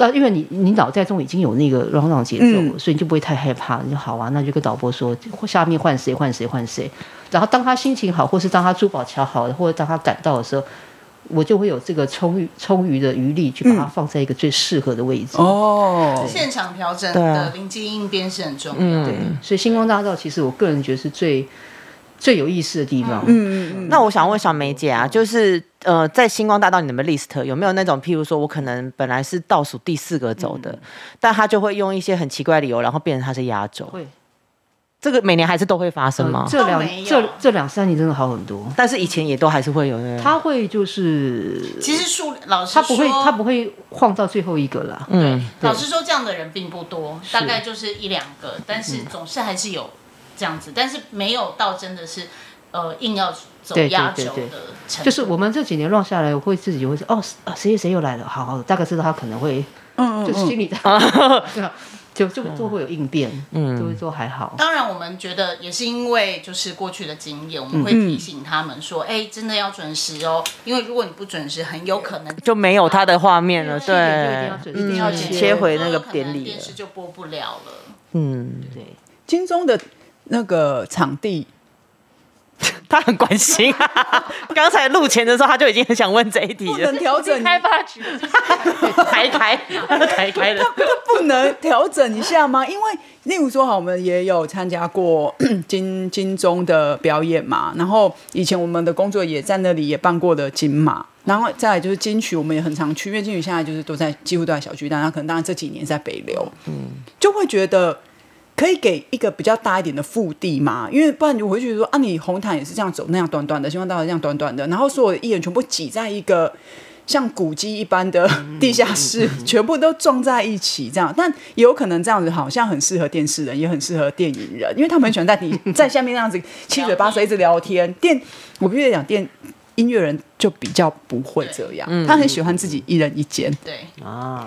[SPEAKER 1] 但因为你你脑袋中已经有那个嚷嚷节奏
[SPEAKER 4] 嗯
[SPEAKER 1] 了，所以你就不会太害怕。你就好啊，那就跟导播说，下面换谁换谁换谁。然后当他心情好，或是当他珠宝瞧好，或者当他赶到的时候，我就会有这个充裕充裕的余力去
[SPEAKER 4] 嗯
[SPEAKER 1] 把它放在一个最适合的位置。
[SPEAKER 2] 哦，
[SPEAKER 4] 现场调整
[SPEAKER 3] 对啊
[SPEAKER 4] 的临机应变是很重
[SPEAKER 1] 嗯
[SPEAKER 4] 要的。
[SPEAKER 1] 所以星光大道其实我个人觉得是最最有意思的地方。嗯，
[SPEAKER 2] 嗯嗯
[SPEAKER 3] 那我想问小梅姐啊，就是呃，在星光大道你们 list 有没有那种，譬如说我可能本来是倒数第四个走的，但他就会用一些很奇怪的理由，然后变成他是压轴，
[SPEAKER 1] 会呃
[SPEAKER 3] 这个每年还是都会发生吗？
[SPEAKER 1] 这
[SPEAKER 4] 都没
[SPEAKER 1] 两
[SPEAKER 4] 有
[SPEAKER 1] 这这两三年真的好很多。
[SPEAKER 3] 但是以前也都还是会有那个，
[SPEAKER 1] 他会就是
[SPEAKER 4] 其实数老师
[SPEAKER 1] 他不会，
[SPEAKER 4] 说
[SPEAKER 1] 他不会晃到最后一个啦。
[SPEAKER 3] 嗯，
[SPEAKER 4] 老实说，这样的人并不多，大概就是一两个，
[SPEAKER 1] 嗯
[SPEAKER 4] 但是总是还是有这样子，但是没有到真的是呃硬要走
[SPEAKER 1] 对对
[SPEAKER 4] 压
[SPEAKER 1] 对
[SPEAKER 4] 轴
[SPEAKER 1] 对
[SPEAKER 4] 的程度。
[SPEAKER 1] 就是我们这几年乱下来，我会自己会说，哦，啊谁谁谁又来了，好好，大概知道他可能会，
[SPEAKER 2] 嗯
[SPEAKER 1] 就
[SPEAKER 2] 嗯
[SPEAKER 1] 心里的，对啊就就都会有应变，嗯，都会都还好。
[SPEAKER 4] 当然，我们觉得也是因为就是过去的经验，我们会提醒他们说，哎、真的要准时哦，因为如果你不准时，很有可能
[SPEAKER 3] 就没啊有他的画面了，
[SPEAKER 1] 这一点
[SPEAKER 3] 对，
[SPEAKER 1] 就一定要
[SPEAKER 3] 嗯
[SPEAKER 1] 准时
[SPEAKER 3] 切回那个
[SPEAKER 4] 有可能
[SPEAKER 3] 典礼
[SPEAKER 4] 电
[SPEAKER 3] 了
[SPEAKER 4] 视就播不了了。
[SPEAKER 3] 嗯，
[SPEAKER 1] 对，
[SPEAKER 2] 金钟的那个场地，
[SPEAKER 3] 他很关心、啊 刚才录前的时候他就已经很想问这一题
[SPEAKER 2] 不
[SPEAKER 3] 了
[SPEAKER 2] 能，调整，
[SPEAKER 5] 开发局
[SPEAKER 3] 抬开，抬开了，
[SPEAKER 2] 不能调整一下吗？因为例如说，好，我们也有参加过 金金钟的表演嘛，然后以前我们的工作也在那里也办过的金马，然后再来就是金曲，我们也很常去，因为金曲现在就是都在几乎都在小巨蛋，那可能当然这几年在北流，嗯，就会觉得。可以给一个比较大一点的腹地嘛？因为不然你回去说啊，你红毯也是这样走那样短短的，希望大家这样短短的，然后所有的艺人全部挤在一个像古迹一般
[SPEAKER 1] 嗯
[SPEAKER 2] 的地下室，全部都撞在一起这样。但也有可能这样子，好像很适合电视人，也很适合电影人，因为他们很喜欢在你在下面那 样子七嘴八舌一直聊天。电，我必须得讲电。音乐人就比较不会这样，
[SPEAKER 1] 嗯
[SPEAKER 2] 他很喜欢自己一人一间，
[SPEAKER 4] 对，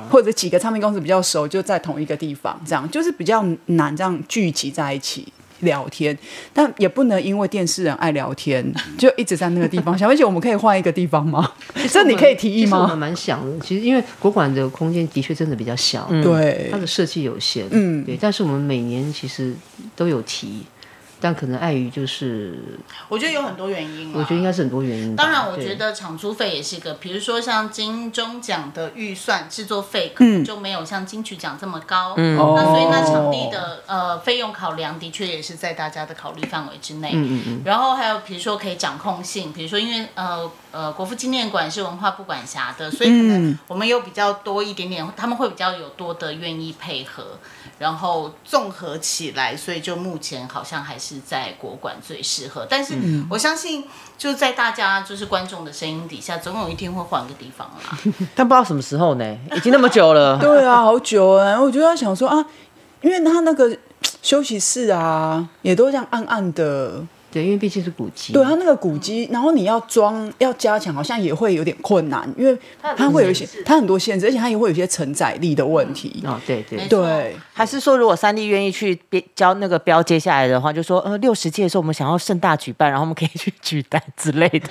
[SPEAKER 2] 或者几个唱片公司比较熟，就在同一个地方，这样就是比较难这样聚集在一起聊天，但也不能因为电视人爱聊天，就一直在那个 地方。小薇姐，我们可以换一个地方吗？这你可以提议
[SPEAKER 1] 其实我
[SPEAKER 2] 吗
[SPEAKER 1] 们？蛮想的，其实因为国馆的空间的确真的比较小，嗯，
[SPEAKER 2] 对
[SPEAKER 1] 它，的设计有限，
[SPEAKER 2] 嗯
[SPEAKER 1] 对，但是我们每年其实都有提，但可能碍于就是，
[SPEAKER 4] 我觉得有很多原因、啊。
[SPEAKER 1] 我觉得
[SPEAKER 3] 嗯
[SPEAKER 1] 应该是很多原因吧。
[SPEAKER 4] 当然，我
[SPEAKER 1] 对
[SPEAKER 4] 觉得场租费也是一个，比如说像金钟奖的预算制作费，可
[SPEAKER 3] 嗯
[SPEAKER 4] 能就没有像金曲奖这么高。嗯
[SPEAKER 2] 哦
[SPEAKER 4] 那所以那场地的呃费用考量，的确也是在大家的考虑范围之内。嗯嗯嗯。然后还有比如说可以掌控性，比如说因为呃呃国父纪念馆是文化部管辖的，所以可能我们有比较多一点点，他们会比较有多的愿意配合。然后综合起来，所以就目前好像还是在国馆最适合。但是我相信，就在大家就是观众的声音底下，总有一天会换个地方啦。
[SPEAKER 3] 但不知道什么时候呢，已经那么久 了，
[SPEAKER 2] 对啊，好久哎、我就在想说啊，因为他那个休息室啊，也都这样暗暗的，
[SPEAKER 1] 对，啊因为毕竟是古迹，
[SPEAKER 2] 对它那个古迹，然后你要装要加强，好像也会有点困难，因为它会有一些它很多限制，而且它也会有一些承载力的问题。
[SPEAKER 1] 哦，对对
[SPEAKER 4] 没错
[SPEAKER 2] 对，
[SPEAKER 3] 还是说，如果三立愿意去标交那个标接下来的话，就说呃六十届的时候我们想要盛大举办，然后我们可以去举办之类 的，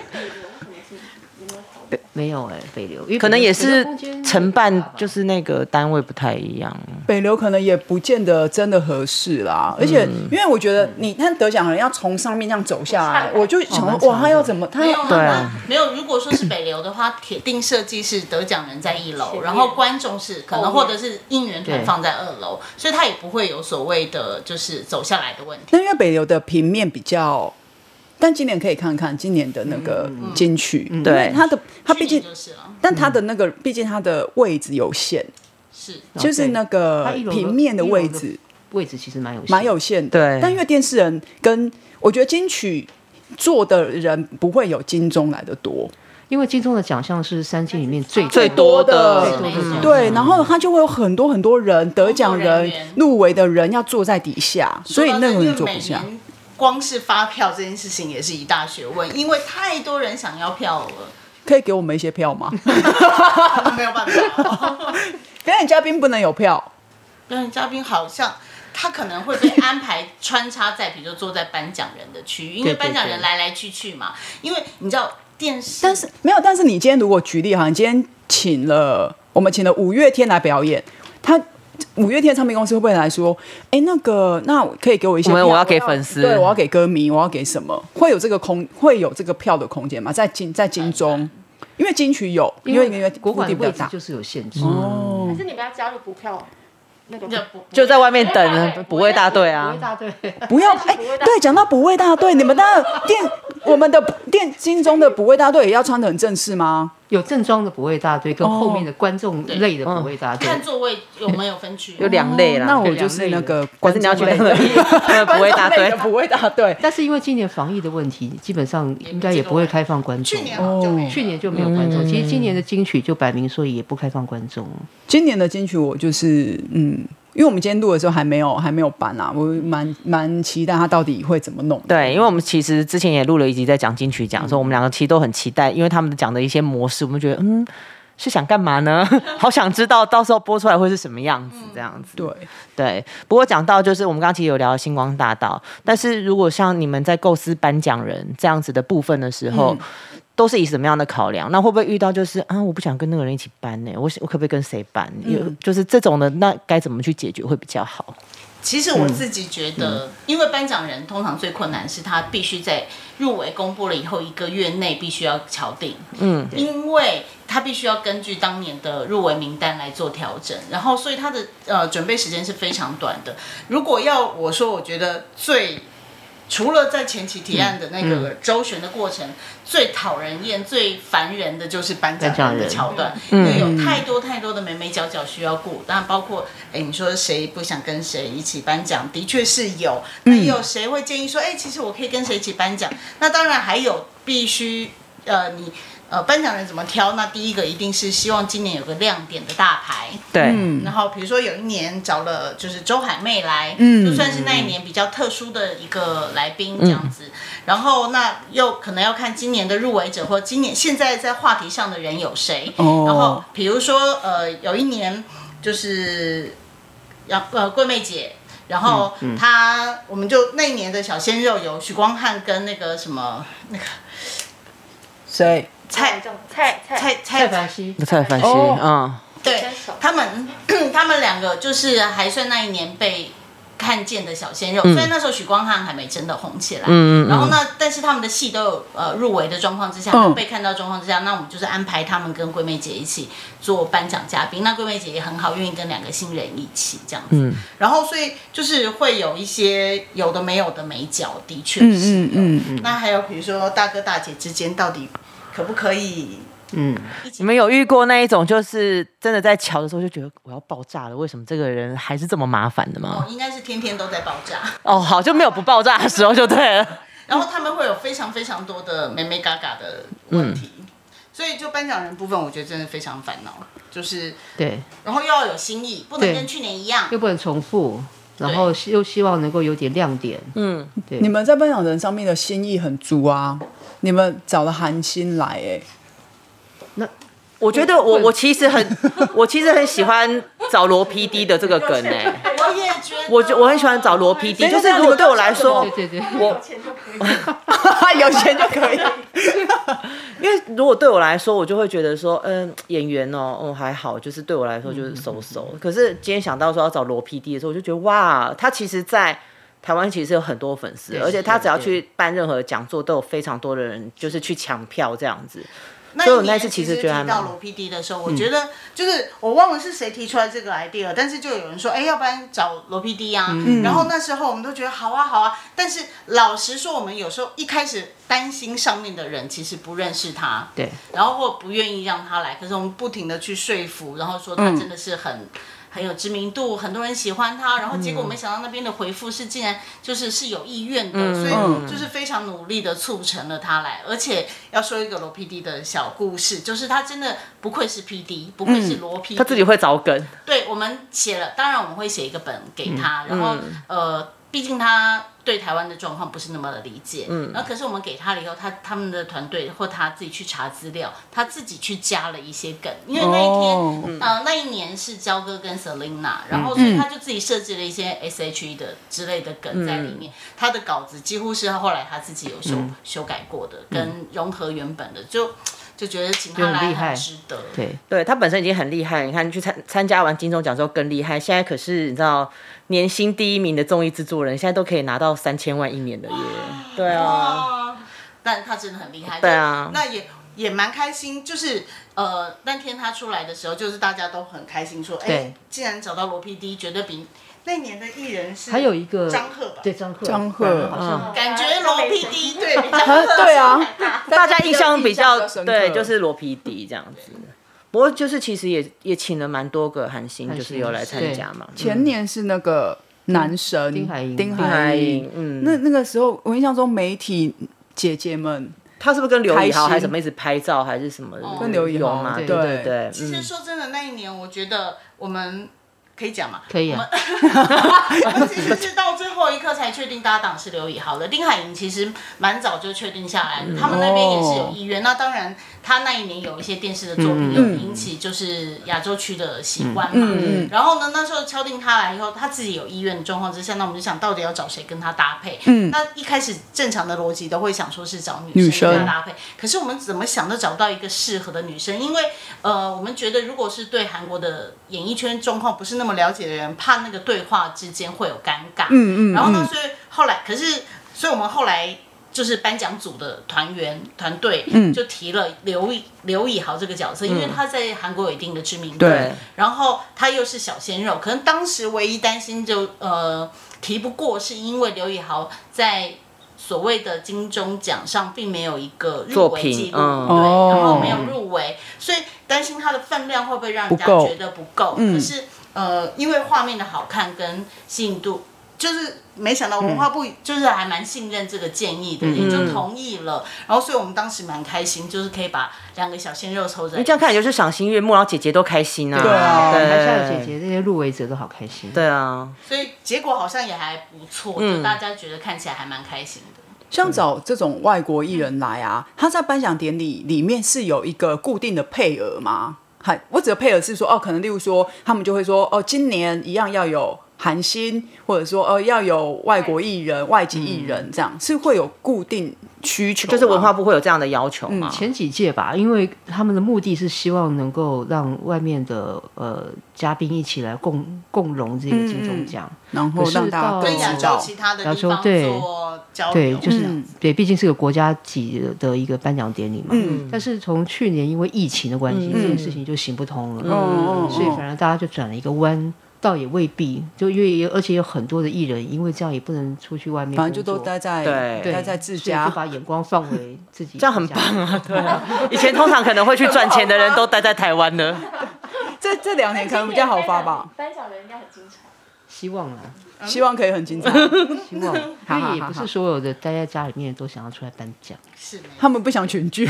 [SPEAKER 1] 没有哎、北流，因为
[SPEAKER 3] 可能也
[SPEAKER 1] 北流
[SPEAKER 3] 是
[SPEAKER 1] 空间
[SPEAKER 3] 承
[SPEAKER 1] 很大
[SPEAKER 3] 办
[SPEAKER 1] 吧
[SPEAKER 3] 就是那个单位不太一样。
[SPEAKER 2] 北流可能也不见得真的合适啦，而且因为我觉得你看得奖人要从上面这样走下来，我就想说哇，他要怎么他
[SPEAKER 4] 没有
[SPEAKER 2] 要
[SPEAKER 4] 啊
[SPEAKER 3] 对啊
[SPEAKER 4] 没有。如果说是北流的话，铁定设计是得奖人在一楼，然后观众是可能或者是应援团
[SPEAKER 1] 对
[SPEAKER 4] 放在二楼，所以他也不会有所谓的就是走下来的问题。
[SPEAKER 2] 那因为北流的平面比较，但今年可以看看今年的那个
[SPEAKER 1] 嗯
[SPEAKER 2] 金曲，
[SPEAKER 3] 对
[SPEAKER 2] 因为它的它毕
[SPEAKER 4] 去年
[SPEAKER 2] 竟，
[SPEAKER 4] 就是了，
[SPEAKER 2] 但它的那个毕竟它的位置有限，
[SPEAKER 4] 是
[SPEAKER 2] 就是那
[SPEAKER 1] 哦
[SPEAKER 2] 个
[SPEAKER 1] 它一楼的
[SPEAKER 2] 平面的位
[SPEAKER 1] 一楼
[SPEAKER 2] 置
[SPEAKER 1] 位置其实蛮有限
[SPEAKER 2] 蛮有限的。
[SPEAKER 3] 对
[SPEAKER 2] 但因为电视人跟我觉得金曲做的人不会有金钟来的多，
[SPEAKER 1] 因为金钟的奖项是三金里面最
[SPEAKER 3] 最
[SPEAKER 2] 多的
[SPEAKER 1] 最多的奖项
[SPEAKER 2] 对，然后他就会有很多很多人得奖
[SPEAKER 4] 工作
[SPEAKER 2] 人
[SPEAKER 4] 人员、
[SPEAKER 2] 入围的人要坐在底下，所以那
[SPEAKER 4] 因
[SPEAKER 2] 个
[SPEAKER 4] 为
[SPEAKER 2] 人坐
[SPEAKER 4] 每
[SPEAKER 2] 不下。
[SPEAKER 4] 年光是发票这件事情也是一大学问，因为太多人想要票了，
[SPEAKER 2] 可以给我们一些票吗？
[SPEAKER 4] 没有办法。
[SPEAKER 2] 表演嘉宾不能有票，
[SPEAKER 4] 表演嘉宾好像他可能会被安排穿插在，比如说坐在颁奖人的区域，因为
[SPEAKER 1] 对对
[SPEAKER 4] 颁奖人
[SPEAKER 1] 对
[SPEAKER 4] 来来去去嘛。因为你知道电视，
[SPEAKER 2] 但是没有，但是你今天如果举例哈，你今天请了我们请了五月天来表演，他。五月天唱片公司会不会来说，哎、那个，那我可以给我一些
[SPEAKER 3] 我
[SPEAKER 2] 票？
[SPEAKER 3] 们我要给粉丝
[SPEAKER 2] 对，我要给歌迷，我要给什么？会有这个空，会有这个票的空间吗？在金在金钟，因为金曲有，因为因为
[SPEAKER 1] 国
[SPEAKER 2] 幅
[SPEAKER 1] 馆
[SPEAKER 2] 地
[SPEAKER 1] 的
[SPEAKER 2] 比较
[SPEAKER 1] 位置
[SPEAKER 2] 大，
[SPEAKER 1] 就是有限制，
[SPEAKER 2] 哦
[SPEAKER 5] 可是你们要加入补票那个
[SPEAKER 4] 你知道不
[SPEAKER 3] 就在外面等了，不会大队
[SPEAKER 1] 不
[SPEAKER 3] 啊
[SPEAKER 1] 会。大队，
[SPEAKER 2] 不要哎、
[SPEAKER 5] 不会大
[SPEAKER 2] 对，讲到补位大队，你们的店，我们的店金钟的补位大队也要穿的很正式吗？
[SPEAKER 1] 有正装的不会大队，跟
[SPEAKER 2] 哦
[SPEAKER 1] 后面的观众类的不会大队，
[SPEAKER 4] 看座位有没有分区，
[SPEAKER 3] 有两类啦，
[SPEAKER 2] 那我就是那个
[SPEAKER 3] 可
[SPEAKER 2] 观
[SPEAKER 3] 是
[SPEAKER 2] 众
[SPEAKER 3] 你要去
[SPEAKER 2] 类
[SPEAKER 3] 那
[SPEAKER 2] 的
[SPEAKER 3] 个 不会答对，
[SPEAKER 2] 不会答对。
[SPEAKER 1] 但是因为今年防疫的问题，基本上应该也不会开放观众。
[SPEAKER 4] 去年哦好像就没有
[SPEAKER 1] 去年就没有观
[SPEAKER 2] 嗯
[SPEAKER 1] 众，其实今年的金曲就摆明说也不开放观众。
[SPEAKER 2] 今年的金曲我就是嗯。因为我们今天录的时候还没有还没有搬啊，我蛮蛮期待他到底会怎么弄的。
[SPEAKER 3] 对，因为我们其实之前也录了一集在讲金曲奖，所以我们两个其实都很期待，因为他们讲的一些模式，我们觉得嗯是想干嘛呢？好想知道到时候播出来会是什么样子，这样子。
[SPEAKER 2] 对，
[SPEAKER 3] 对，不过讲到就是我们刚刚其实有聊到星光大道，但是如果像你们在构思颁奖人这样子的部分的时候，都是以什么样的考量？那会不会遇到就是啊，我不想跟那个人一起搬呢、我我可不可以跟谁搬？有就是这种的，那该怎么去解决会比较好？
[SPEAKER 4] 其实我自己觉得，因为颁奖人通常最困难是他必须在入围公布了以后一个月内必须要敲定，嗯，因为他必须要根据当年的入围名单来做调整，然后所以他的呃准备时间是非常短的。如果要我说，我觉得最除了在前期提案的那个周旋的过程，最讨人厌、最烦人的就是颁
[SPEAKER 1] 颁奖
[SPEAKER 4] 奖人的
[SPEAKER 1] 人
[SPEAKER 4] 桥段，因为有太多太多的眉眉角角需要顾。当然，包括哎，你说谁不想跟谁一起颁奖，的确是有。那也有谁会建议说，哎，其实我可以跟谁一起颁奖？那当然还有必须呃，你呃颁奖人怎么挑？那第一个一定是希望今年有个亮点的大牌，
[SPEAKER 3] 对，
[SPEAKER 2] 嗯，
[SPEAKER 4] 然后比如说有一年找了就是周海媚来，
[SPEAKER 2] 嗯
[SPEAKER 4] 就算是那一年比较特殊的一个来宾这样子。然后那又可能要看今年的入围者或今年现在在话题上的人有谁。
[SPEAKER 2] 哦
[SPEAKER 4] 然后比如说呃，有一年就是杨呃桂妹姐。然后
[SPEAKER 2] 嗯
[SPEAKER 4] 她，我们就那一年的小鲜肉有许光汉跟那个什么那个
[SPEAKER 2] 谁？
[SPEAKER 4] 蔡
[SPEAKER 5] 菜菜
[SPEAKER 4] 蔡蔡
[SPEAKER 1] 凡熙
[SPEAKER 3] 蔡凡熙，
[SPEAKER 2] 哦
[SPEAKER 3] 嗯，
[SPEAKER 4] 对
[SPEAKER 5] 牵手
[SPEAKER 4] 他们， 他们两个就是还算那一年被看见的小鲜肉，虽然那时候许光汉还没真的红起来，
[SPEAKER 3] 嗯嗯嗯嗯
[SPEAKER 4] 然后呢，但是他们的戏都有呃入围的状况之下，
[SPEAKER 3] 哦
[SPEAKER 2] 嗯
[SPEAKER 4] 被看到状况之下，那我们就是安排他们跟桂妹姐一起做颁奖嘉宾，那桂妹姐也很好，愿意跟两个新人一起这样子，
[SPEAKER 3] 嗯
[SPEAKER 4] 然后所以就是会有一些有的没有的美角，的确
[SPEAKER 2] 嗯
[SPEAKER 4] 是
[SPEAKER 2] 嗯
[SPEAKER 4] 有，
[SPEAKER 2] 嗯嗯，
[SPEAKER 4] 那还有比如说大哥大姐之间到底可不可以
[SPEAKER 1] 嗯，
[SPEAKER 3] 你们有遇过那一种，就是真的在瞧的时候就觉得我要爆炸了，为什么这个人还是这么麻烦的
[SPEAKER 4] 哦
[SPEAKER 3] 吗？，
[SPEAKER 4] 应该是天天都在爆炸。
[SPEAKER 3] 哦，好，就没有不爆炸的时候就对了。
[SPEAKER 4] 然后他们会有非常非常多的美美嘎嘎的问题，
[SPEAKER 3] 嗯
[SPEAKER 4] 所以就颁奖人部分，我觉得真的非常烦恼，就是
[SPEAKER 1] 对，
[SPEAKER 4] 然后又要有新意，不能
[SPEAKER 1] 对
[SPEAKER 4] 跟去年一样
[SPEAKER 1] 又，不能重复，然后希又希望能够有点亮点。
[SPEAKER 2] 嗯你们在颁奖人上面的心意很足啊，你们找了韩星来、哎，
[SPEAKER 3] 我觉得我我其实 很我其实很喜欢找罗 PD 的这个梗哎、
[SPEAKER 4] 我也觉得，
[SPEAKER 3] 我就我很喜欢找罗 PD，
[SPEAKER 2] 等一下
[SPEAKER 3] 就是如果对我来
[SPEAKER 2] 哦
[SPEAKER 3] 说
[SPEAKER 1] 对，对对，
[SPEAKER 3] 我
[SPEAKER 5] 钱就可 以。
[SPEAKER 2] 有钱就 可以。
[SPEAKER 3] 因为如果对我来说，我就会觉得说，嗯，演员哦，哦还好，就是对我来说
[SPEAKER 4] 嗯
[SPEAKER 3] 就是收收。可是今天想到说要找罗 PD 的时候，我就觉得哇，他其实，在台湾其实有很多粉丝，而且他只要去办任何讲座，都有非常多的人就是去抢票这样子。
[SPEAKER 4] 那
[SPEAKER 3] 所以我
[SPEAKER 4] 一
[SPEAKER 3] 那
[SPEAKER 4] 年
[SPEAKER 3] 次其
[SPEAKER 4] 其
[SPEAKER 3] 实
[SPEAKER 4] 实
[SPEAKER 3] 觉得还
[SPEAKER 4] 提到
[SPEAKER 3] 蛮嗯
[SPEAKER 4] 罗 PD 的时候，我觉得就是我忘了是谁提出来这个 idea，但是就有人说，哎，要不然找罗 PD 啊。
[SPEAKER 3] 嗯
[SPEAKER 4] 然后那时候我们都觉得好啊好啊，但是老实说，我们有时候一开始担心上面的人其实不认识他，
[SPEAKER 1] 对，
[SPEAKER 4] 然后或不愿意让他来，可是我们不停的去说服，然后
[SPEAKER 3] 嗯
[SPEAKER 4] 说他真的是很。很有知名度，很多人喜欢他，然后结
[SPEAKER 3] 嗯
[SPEAKER 4] 果没想到那边的回复是竟然就是是有意愿的，
[SPEAKER 3] 嗯
[SPEAKER 4] 所以就是非常努力的促成了他来。而且要说一个罗 PD 的小故事，就是他真的不愧是 PD，不愧是罗 PD，、
[SPEAKER 3] 嗯他自己会找梗，
[SPEAKER 4] 对，我们写了，当然我们会写一个本给
[SPEAKER 1] 嗯
[SPEAKER 4] 他，然后、呃，毕竟他对台湾的状况不是那么的理解，嗯，然后可是我们给他了以后，他他们的团队或他自己去查资料，他自己去加了一些梗，因为那一天、
[SPEAKER 2] 哦
[SPEAKER 4] 呃那一年是焦哥跟 Selina，然
[SPEAKER 1] 嗯
[SPEAKER 4] 后所以他就自己设计了一些 SHE 的之类的梗在里
[SPEAKER 1] 嗯
[SPEAKER 4] 面，他的稿子几乎是后来他自己有修、修改过的，跟融合原本的，就就觉得请
[SPEAKER 1] 就
[SPEAKER 4] 他
[SPEAKER 1] 很
[SPEAKER 4] 来
[SPEAKER 1] 厉害
[SPEAKER 4] 很值得，对
[SPEAKER 1] 对，
[SPEAKER 3] 对他本身已经很厉害，你看去参参加完金钟奖之后更厉害，现在可是你知道年薪第一名的综艺制作人，现在都可以拿到三千万一年的耶，对啊，
[SPEAKER 4] 哦，但他真的很厉害。
[SPEAKER 3] 对啊
[SPEAKER 4] 那也也蛮开心，就是呃，那天他出来的时候，就是大家都很开心，说，哎、
[SPEAKER 1] 对
[SPEAKER 4] 既然找到罗 PD，觉得比那年的艺人是
[SPEAKER 1] 还有一个
[SPEAKER 4] 张赫吧，
[SPEAKER 1] 对，张赫，
[SPEAKER 2] 张赫
[SPEAKER 1] 好像
[SPEAKER 4] 感觉罗 PD 对比张
[SPEAKER 2] 啊
[SPEAKER 4] 赫
[SPEAKER 2] 对啊，
[SPEAKER 3] 大家印象比较
[SPEAKER 2] 深刻
[SPEAKER 3] 对，就是罗皮迪这样子。不过就是其实也也请了蛮多个韩星，
[SPEAKER 1] 韩
[SPEAKER 3] 就
[SPEAKER 1] 星
[SPEAKER 3] 是有来参加嘛。
[SPEAKER 2] 前年是那个男神
[SPEAKER 1] 丁海寅
[SPEAKER 2] 丁
[SPEAKER 3] 嗯
[SPEAKER 2] 海
[SPEAKER 3] 还
[SPEAKER 2] 寅。
[SPEAKER 3] 嗯，
[SPEAKER 2] 那那个时候，我印象中媒体姐姐们，
[SPEAKER 3] 他是不是跟刘以豪
[SPEAKER 2] 开心
[SPEAKER 3] 还是什么一直拍照还是什么？
[SPEAKER 4] 跟
[SPEAKER 2] 刘以豪
[SPEAKER 3] 有嘛？
[SPEAKER 1] 对
[SPEAKER 3] 对
[SPEAKER 2] 对
[SPEAKER 3] 对，
[SPEAKER 4] 哦其实
[SPEAKER 3] 嗯，
[SPEAKER 4] 说真的，那一年我觉得我们可以讲嘛，
[SPEAKER 1] 可以啊，
[SPEAKER 4] 我们 其实是到最后一刻才确定搭档是刘以豪的。丁海寅其实蛮早就确定下来，他们那边也是有意愿。那当然，他那一年有一些电视的作品有引起就是亚洲区的喜欢嘛。
[SPEAKER 2] 嗯嗯
[SPEAKER 4] 然后呢，那时候敲定他来以后，他自己有意愿的状况之下，那我们就想到底要找谁跟他搭配。嗯，那一开始正常的逻辑都会想说是找女
[SPEAKER 2] 女
[SPEAKER 4] 生
[SPEAKER 2] 生
[SPEAKER 4] 跟他搭配，可是我们怎么想都找不到一个适合的女生，因为呃，我们觉得如果是对韩国的演艺圈状况不是那么了解的人，怕那个对话之间会有尴尬。嗯嗯。然后呢，所以后来，可是，所以我们后来就是颁奖组的团员团队，嗯，就提了刘以刘以豪这个角色，因为他在韩国有一定的知名度，
[SPEAKER 2] 对
[SPEAKER 4] 然后他又是小鲜肉，可能当时唯一担心就呃提不过，是因为刘以豪在。所谓的金钟奖上并没有一个入
[SPEAKER 3] 作
[SPEAKER 4] 围
[SPEAKER 3] 品
[SPEAKER 4] 记录，
[SPEAKER 3] 嗯
[SPEAKER 4] 对，然后没有
[SPEAKER 2] 哦
[SPEAKER 4] 入围，所以担心它的分量会不会让人家
[SPEAKER 2] 不够
[SPEAKER 4] 觉得不够。可是呃，因为画面的好看跟吸引度，就是没想到文化部就是还蛮信任这个建议的，也就同意了。然后所以我们当时蛮开心，就是可以把两个小鲜肉凑在一
[SPEAKER 3] 你
[SPEAKER 4] 起
[SPEAKER 3] 这。样看也就是赏心悦目，然后姐姐都开心啊。
[SPEAKER 2] 对啊
[SPEAKER 1] 台下
[SPEAKER 3] 对
[SPEAKER 1] 哦的姐姐那些入围者都好开心。
[SPEAKER 3] 对啊，
[SPEAKER 4] 所以结果好像也还不错，就大家觉得看起来还蛮开心的。
[SPEAKER 2] 像找这种外国艺人来啊，
[SPEAKER 3] 嗯
[SPEAKER 2] 他在颁奖典礼里面是有一个固定的配额吗？还我指的配额是说，哦，可能例如说，他们就会说，哦，今年一样要有韩星，或者说，哦，要有外国艺人、外籍艺人，这样是会有固定需求吗，啊
[SPEAKER 3] 就是文化部会嗯有这样的要求 嘛。
[SPEAKER 1] 前几届吧，因为他们的目的是希望能够让外面的呃嘉宾一起来共共荣这个金钟奖，
[SPEAKER 2] 嗯然后
[SPEAKER 1] 可是
[SPEAKER 2] 让大家
[SPEAKER 1] 到
[SPEAKER 2] 更
[SPEAKER 4] 跟亚
[SPEAKER 2] 知
[SPEAKER 4] 洲
[SPEAKER 2] 道。
[SPEAKER 4] 其他的
[SPEAKER 1] 亚
[SPEAKER 4] 地
[SPEAKER 1] 洲
[SPEAKER 4] 方
[SPEAKER 1] 对
[SPEAKER 4] 做交
[SPEAKER 1] 对，
[SPEAKER 4] 流，
[SPEAKER 1] 就是、
[SPEAKER 2] 嗯
[SPEAKER 1] 对，毕竟是个国家级的一个颁奖典礼嘛。
[SPEAKER 2] 嗯
[SPEAKER 1] 但是从去年因为疫情的关系，
[SPEAKER 3] 嗯
[SPEAKER 1] 这件事情就行不通了，
[SPEAKER 2] 嗯嗯
[SPEAKER 1] 所以
[SPEAKER 2] 嗯
[SPEAKER 1] 反而大家就转了一个弯。倒也未必，就因为而且有很多的艺人，因为这样也不能出去外面工作，
[SPEAKER 2] 反正就都待在
[SPEAKER 3] 对
[SPEAKER 2] 待在
[SPEAKER 1] 所
[SPEAKER 2] 自
[SPEAKER 1] 以
[SPEAKER 2] 家
[SPEAKER 1] 就，把眼光放回自己，
[SPEAKER 3] 这样很棒啊，对啊。以前通常可能会去赚钱的人都待在台湾了。
[SPEAKER 2] 这这两年可能比较好发吧，
[SPEAKER 5] 颁奖人应该很精彩。
[SPEAKER 1] 希望啊，
[SPEAKER 2] 希望可以很精彩。
[SPEAKER 1] 希 望，
[SPEAKER 2] 好
[SPEAKER 1] 因
[SPEAKER 2] 好
[SPEAKER 1] 为也不
[SPEAKER 2] 好
[SPEAKER 1] 是所有的待在家里面都想要出来颁奖。
[SPEAKER 4] 是没
[SPEAKER 2] 他们不想群 聚，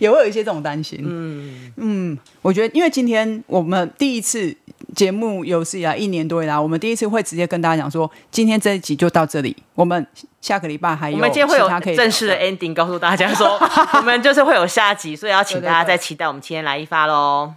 [SPEAKER 2] 也会有一些这种担心。嗯嗯，我觉得因为今天我们第一次节目有史以来一年多以来，我们第一次会直接跟大家讲说，今天这一集就到这里，我们下个礼拜还有
[SPEAKER 3] 我们今天会
[SPEAKER 2] 其他可以
[SPEAKER 3] 有
[SPEAKER 2] 聊
[SPEAKER 3] 正式的 ending 告诉大家说，我们就是会有下集，所以要请大家再期待我们今天来一发喽。